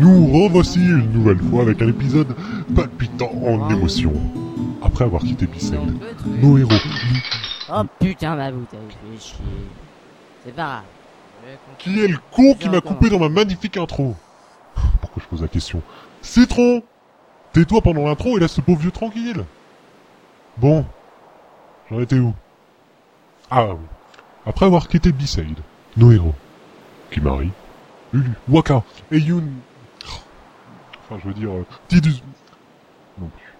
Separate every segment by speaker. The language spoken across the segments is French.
Speaker 1: revoici une nouvelle fois avec un épisode palpitant en émotion. Après avoir quitté Pixel, nos héros,
Speaker 2: Oh putain, ma bouteille, je chier. C'est pas grave. Je vais continuer.
Speaker 1: qui est le con qui m'a coupé dans ma magnifique intro Pourquoi je pose la question Citron Tais-toi pendant l'intro et laisse ce pauvre vieux tranquille Bon, j'en étais où Ah oui. Après avoir quitté B-Side, nos héros, Kimari, Lulu, Waka et Yoon... Enfin, je veux dire... euh, Tidus... Non plus.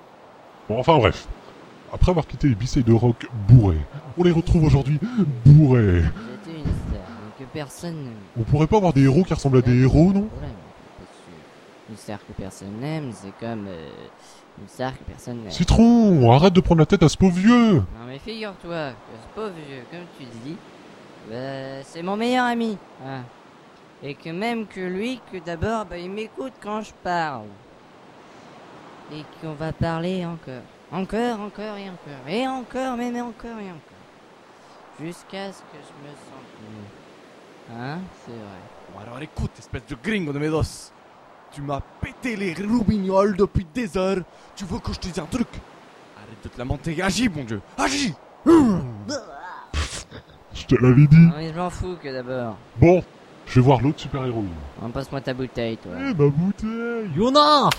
Speaker 1: Bon, enfin bref. Après avoir quitté les B-Side de rock bourrés, on les retrouve aujourd'hui bourrés.
Speaker 2: J'étais une star, donc que personne n'aime.
Speaker 1: On pourrait pas avoir des héros qui ressemblent à des héros, non
Speaker 2: Problème, parce que Une star que personne n'aime, c'est comme euh, une star que personne n'aime.
Speaker 1: Citron, arrête de prendre la tête à ce pauvre vieux
Speaker 2: Non mais figure-toi que ce pauvre vieux, comme tu dis, bah, c'est mon meilleur ami. hein. Et que même que lui, que d'abord, bah, il m'écoute quand je parle. Et qu'on va parler encore. Encore, encore et encore. Et encore, mais, mais encore et encore. Jusqu'à ce que je me sente mieux. Hein, c'est vrai.
Speaker 3: Bon alors écoute, espèce de gringo de Médos. Tu m'as pété les roubignoles depuis des heures. Tu veux que je te dise un truc Arrête de te lamenter. Agis, mon dieu. Agis
Speaker 1: Je te l'avais dit.
Speaker 2: Non mais je m'en fous que d'abord.
Speaker 1: Bon, je vais voir l'autre super-héroïne.
Speaker 2: Hein, Passe-moi ta bouteille, toi.
Speaker 1: Eh, ma bouteille
Speaker 4: Yona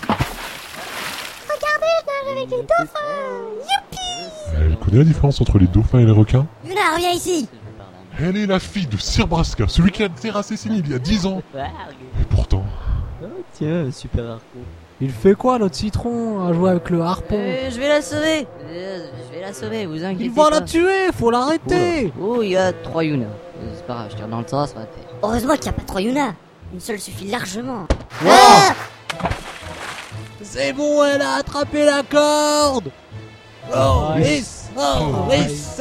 Speaker 2: Avec les dauphins
Speaker 1: Elle connaît la différence entre les dauphins et les requins
Speaker 5: Yuna, reviens ici
Speaker 1: Elle est la fille de Sir Braska, celui qui a terrassé Signe il y a 10 ans. Et pourtant...
Speaker 4: Tiens, super harpon. Il fait quoi l'autre citron à jouer avec le harpon
Speaker 2: Euh, Je vais la sauver Euh, Je vais la sauver, vous inquiétez
Speaker 4: Il va
Speaker 2: pas.
Speaker 4: la tuer, faut l'arrêter
Speaker 2: Oh, il y a trois Yuna. Euh, C'est pas grave, je tire dans le sens, ça va te faire.
Speaker 5: Heureusement qu'il n'y a pas trois Yuna. Une seule suffit largement.
Speaker 4: C'est bon, elle a attrapé la corde Oh, yes Oh, yes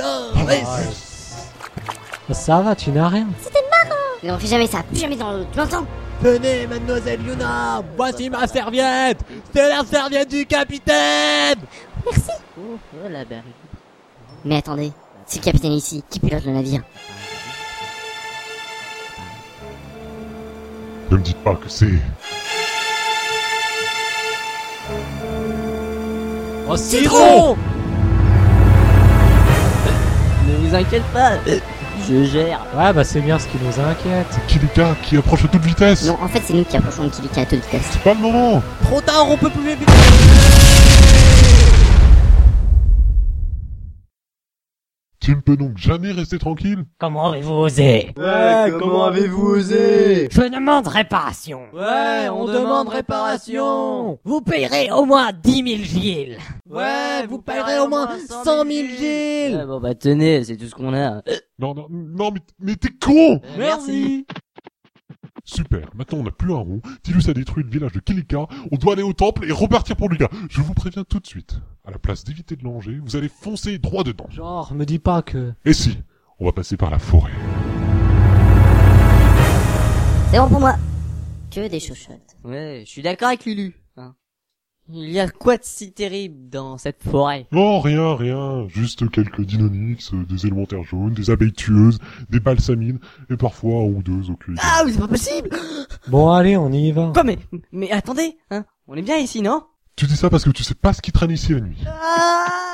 Speaker 4: Oh, Ça va, tu n'as rien.
Speaker 5: Mais on fait jamais ça, plus jamais dans l'eau, tu m'entends
Speaker 4: Tenez, mademoiselle Yuna, voici ma serviette C'est la serviette du capitaine
Speaker 2: Oh, oh la barrique.
Speaker 5: Mais attendez, c'est le capitaine ici qui pilote le navire.
Speaker 1: Ne me dites pas que c'est...
Speaker 4: Oh, citron
Speaker 2: Ne vous inquiète pas, euh, je gère.
Speaker 4: Ouais, bah c'est bien ce qui nous inquiète.
Speaker 1: C'est Kilika qui approche à toute vitesse
Speaker 5: Non, en fait, c'est nous qui approchons de Kilika à toute vitesse.
Speaker 1: C'est pas le moment
Speaker 4: Trop tard, on peut plus l'éviter
Speaker 1: Tu ne peux donc jamais rester tranquille
Speaker 6: Comment avez-vous osé
Speaker 3: Ouais, comment avez-vous osé
Speaker 6: Je demande réparation.
Speaker 4: Ouais, on demande réparation
Speaker 6: Vous payerez au moins 10 000 gilles.
Speaker 4: Ouais, vous paierez au moins 100 000
Speaker 2: Ah,
Speaker 4: gilles
Speaker 2: bon bah tenez, c'est tout ce qu'on a. Euh,
Speaker 1: Non, non, non, mais, mais t'es con
Speaker 6: Euh,
Speaker 4: Merci
Speaker 1: Super, maintenant on n'a plus un rond, Tilus a détruit le village de Kilika, on doit aller au temple et repartir pour Lucas. Je vous préviens tout de suite, à la place d'éviter de longer, vous allez foncer droit dedans.
Speaker 4: Genre, me dis pas que...
Speaker 1: Et si, on va passer par la forêt.
Speaker 5: C'est bon pour moi Que des chochottes.
Speaker 2: Ouais, je suis d'accord avec Lulu. hein. Il y a quoi de si terrible dans cette forêt
Speaker 1: Non, rien, rien, juste quelques dynonix, euh, des élémentaires jaunes, des abeilles tueuses, des balsamines, et parfois un ou deux au cul.
Speaker 2: Ah, mais c'est pas possible
Speaker 4: Bon, allez, on y va.
Speaker 2: Quoi, mais, mais attendez, hein On est bien ici, non
Speaker 1: Tu dis ça parce que tu sais pas ce qui traîne ici la nuit.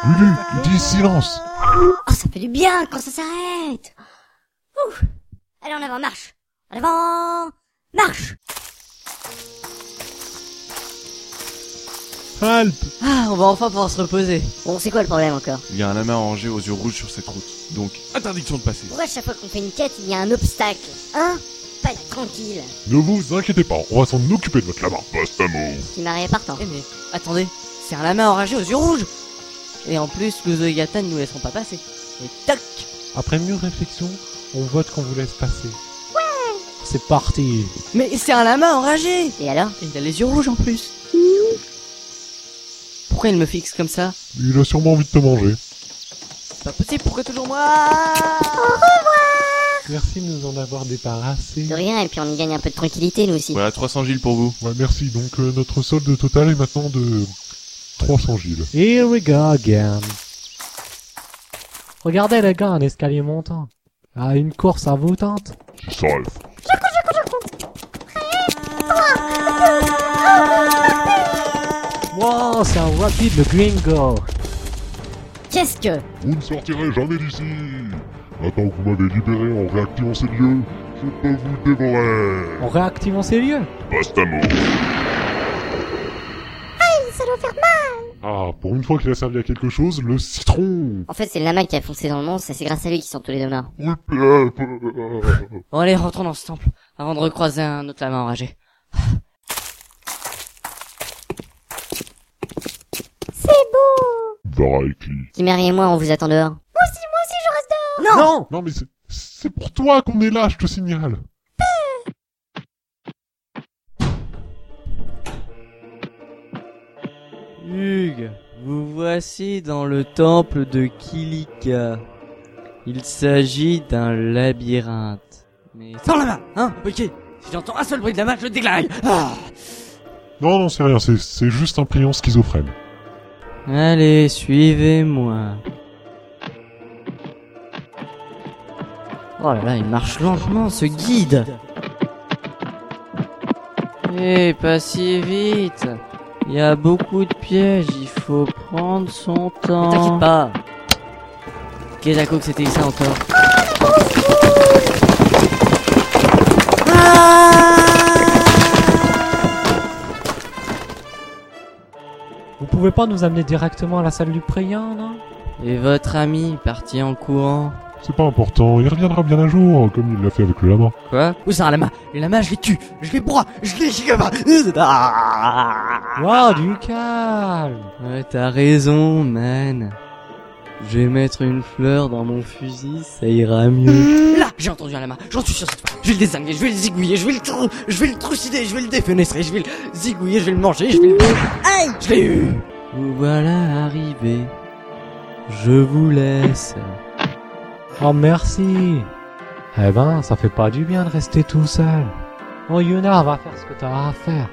Speaker 1: Lulu, dis silence
Speaker 5: Oh, ça fait du bien quand ça s'arrête Ouf Allez, en avant, marche En avant Marche
Speaker 1: Halte
Speaker 2: Ah, on va enfin pouvoir se reposer.
Speaker 5: Bon, c'est quoi le problème encore
Speaker 3: Il y a un lama orangé aux yeux rouges sur cette route. Donc, interdiction de passer.
Speaker 5: Pourquoi chaque fois qu'on fait une quête, il y a un obstacle Hein Pas tranquille
Speaker 1: Ne vous inquiétez pas, on va s'en occuper de votre lama. Passe un mot.
Speaker 5: Qui m'arrive partant.
Speaker 2: Eh mais, attendez, c'est un lama enragé aux yeux rouges Et en plus, nous Yatan nous laisseront pas passer. Et tac
Speaker 7: Après mûre réflexion, on vote qu'on vous laisse passer.
Speaker 4: C'est parti
Speaker 2: Mais c'est un lama enragé Et
Speaker 5: Et alors
Speaker 2: il a les yeux rouges en plus Pourquoi il me fixe comme ça
Speaker 1: Il a sûrement envie de te manger.
Speaker 2: C'est pas possible, pourquoi toujours moi
Speaker 7: Merci de nous en avoir débarrassé.
Speaker 5: De rien, et puis on y gagne un peu de tranquillité, nous aussi.
Speaker 3: Voilà 300 gilles pour vous.
Speaker 1: Ouais, merci. Donc euh, notre solde total est maintenant de 300 gilles.
Speaker 7: Here we go again. Regardez les gars, un escalier montant. Ah, une course envoûtante.
Speaker 1: Je sors.
Speaker 5: Ah
Speaker 4: Wow, c'est un rapide le gringo
Speaker 5: Qu'est-ce que
Speaker 1: Vous ne sortirez jamais d'ici Maintenant que vous m'avez libéré en réactivant ces lieux, je peux vous dévorer
Speaker 4: En réactivant ces lieux
Speaker 1: Bastamot
Speaker 5: Ça doit faire
Speaker 1: Ah, pour une fois qu'il a servi à quelque chose, le citron
Speaker 5: En fait, c'est le lama qui a foncé dans le monstre et c'est grâce à lui qu'ils sont tous les deux morts.
Speaker 2: Bon allez, rentrons dans ce temple, avant de recroiser un autre lama enragé.
Speaker 1: Varakli.
Speaker 5: Kimari et moi, on vous attend dehors.
Speaker 4: Non
Speaker 1: Non mais c'est- c'est pour toi qu'on est là, je te signale
Speaker 2: Hugues, vous voici dans le temple de Kilika. Il s'agit d'un labyrinthe. Mais
Speaker 6: Sans la main, hein, ok Si j'entends un seul bruit de la main, je déglingue ah
Speaker 1: Non, non, c'est rien, c'est- c'est juste un pliant schizophrène.
Speaker 2: Allez, suivez-moi. Oh là là, il marche lentement, ce guide. Eh, pas si vite. Il y a beaucoup de pièges, il faut prendre son temps. T'inquiète pas. Qu'est-ce que c'était ça encore
Speaker 7: Vous pouvez pas nous amener directement à la salle du priant, non
Speaker 2: Et votre ami parti en courant.
Speaker 1: C'est pas important, il reviendra bien un jour, comme il l'a fait avec le lama.
Speaker 2: Quoi
Speaker 6: Où ça, la main La main, je les tue, je les broie, je les gigaba ah
Speaker 7: Waouh, du calme
Speaker 2: Ouais, t'as raison, man. Je vais mettre une fleur dans mon fusil, ça ira mieux.
Speaker 6: Là, j'ai entendu un lama, j'en suis sûr cette fois. Je vais le désinguer, je vais le zigouiller, je vais le tru- je vais le trucider, je vais le défenestrer, je vais le zigouiller, je vais le manger, je vais le... Aïe Je l'ai eu
Speaker 2: Vous voilà arrivé. Je vous laisse.
Speaker 7: Oh, merci Eh ben, ça fait pas du bien de rester tout seul. Oh, Yuna, va faire ce que t'as à faire.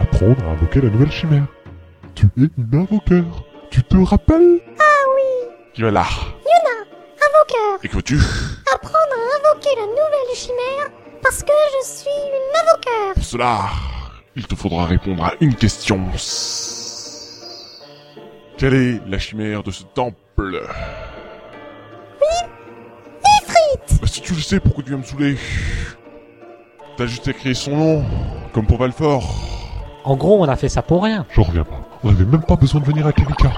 Speaker 1: Apprendre à invoquer la nouvelle chimère. Tu es une invoqueur. Tu te rappelles
Speaker 8: Qui va là Ah invoqueur. Et que tu
Speaker 5: Apprendre à invoquer la nouvelle chimère parce que je suis une...
Speaker 8: Pour cela, il te faudra répondre à une question. Quelle est la chimère de ce temple Ifrit Bah si tu le sais, pourquoi tu viens me saouler T'as juste écrit son nom, comme pour Valfort.
Speaker 7: En gros, on a fait ça pour rien.
Speaker 1: J'en reviens pas. On avait même pas besoin de venir à Kalika.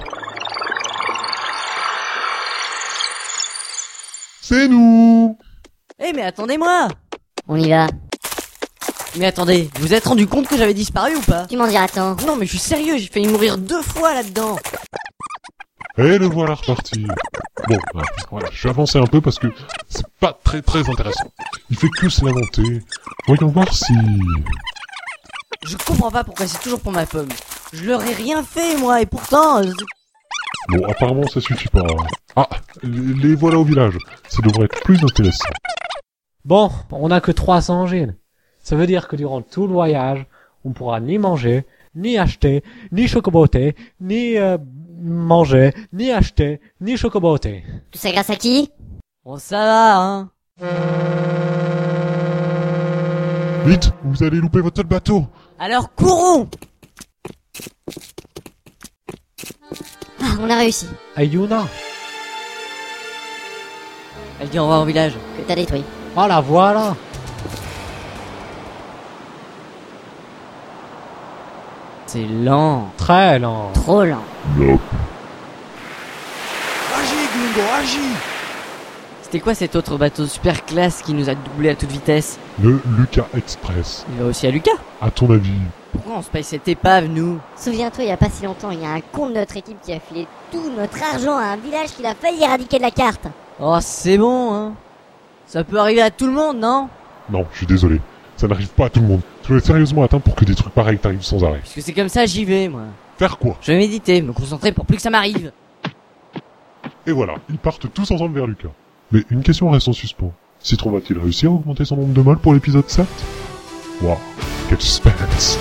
Speaker 1: C'est nous
Speaker 2: Eh mais attendez-moi
Speaker 5: On y va.
Speaker 2: Mais attendez, vous vous êtes rendu compte que j'avais disparu ou pas
Speaker 5: Tu m'en diras tant.
Speaker 2: Non mais je suis sérieux, j'ai failli mourir deux fois là-dedans
Speaker 1: Et le voilà reparti. Bon, voilà, voilà, je vais avancer un peu parce que c'est pas très très intéressant. Il fait que se lamenter. Voyons voir si...
Speaker 2: Je comprends pas pourquoi c'est toujours pour ma pomme. Je leur ai rien fait moi et pourtant... euh,
Speaker 1: Bon, apparemment ça suffit pas. Ah, les les voilà au village. Ça devrait être plus intéressant.
Speaker 7: Bon, on a que 300 gènes. Ça veut dire que durant tout le voyage, on pourra ni manger, ni acheter, ni chocoboter, ni euh, manger, ni acheter, ni chocoboter.
Speaker 5: Tout ça grâce à qui
Speaker 2: Bon Oh, ça va hein
Speaker 1: Vite, vous allez louper votre bateau.
Speaker 2: Alors courons
Speaker 5: Ah, On a réussi.
Speaker 7: Ayuna,
Speaker 2: Elle dit au revoir au village.
Speaker 5: Que t'as détruit.
Speaker 7: oh la voilà
Speaker 2: C'est lent.
Speaker 7: Très lent.
Speaker 5: Trop lent.
Speaker 1: Nope.
Speaker 3: Agis, Gringo, agis
Speaker 2: C'était quoi cet autre bateau super classe qui nous a doublé à toute vitesse
Speaker 1: Le Lucas Express.
Speaker 2: Il va aussi à Lucas
Speaker 1: À ton avis,
Speaker 2: Pourquoi on se paye cette épave, nous
Speaker 5: Souviens-toi, il y a pas si longtemps, il y a un con de notre équipe qui a filé tout notre argent à un village qu'il a failli éradiquer de la carte.
Speaker 2: Oh, c'est bon, hein Ça peut arriver à tout le monde, non
Speaker 1: non, je suis désolé. Ça n'arrive pas à tout le monde. Je vais sérieusement atteindre pour que des trucs pareils t'arrivent sans arrêt.
Speaker 2: Puisque c'est comme ça, j'y vais, moi.
Speaker 1: Faire quoi
Speaker 2: Je vais méditer, me concentrer pour plus que ça m'arrive.
Speaker 1: Et voilà, ils partent tous ensemble vers Lucas. Mais une question reste en suspens. Citron va-t-il réussir à augmenter son nombre de mâles pour l'épisode 7 Waouh, quel suspense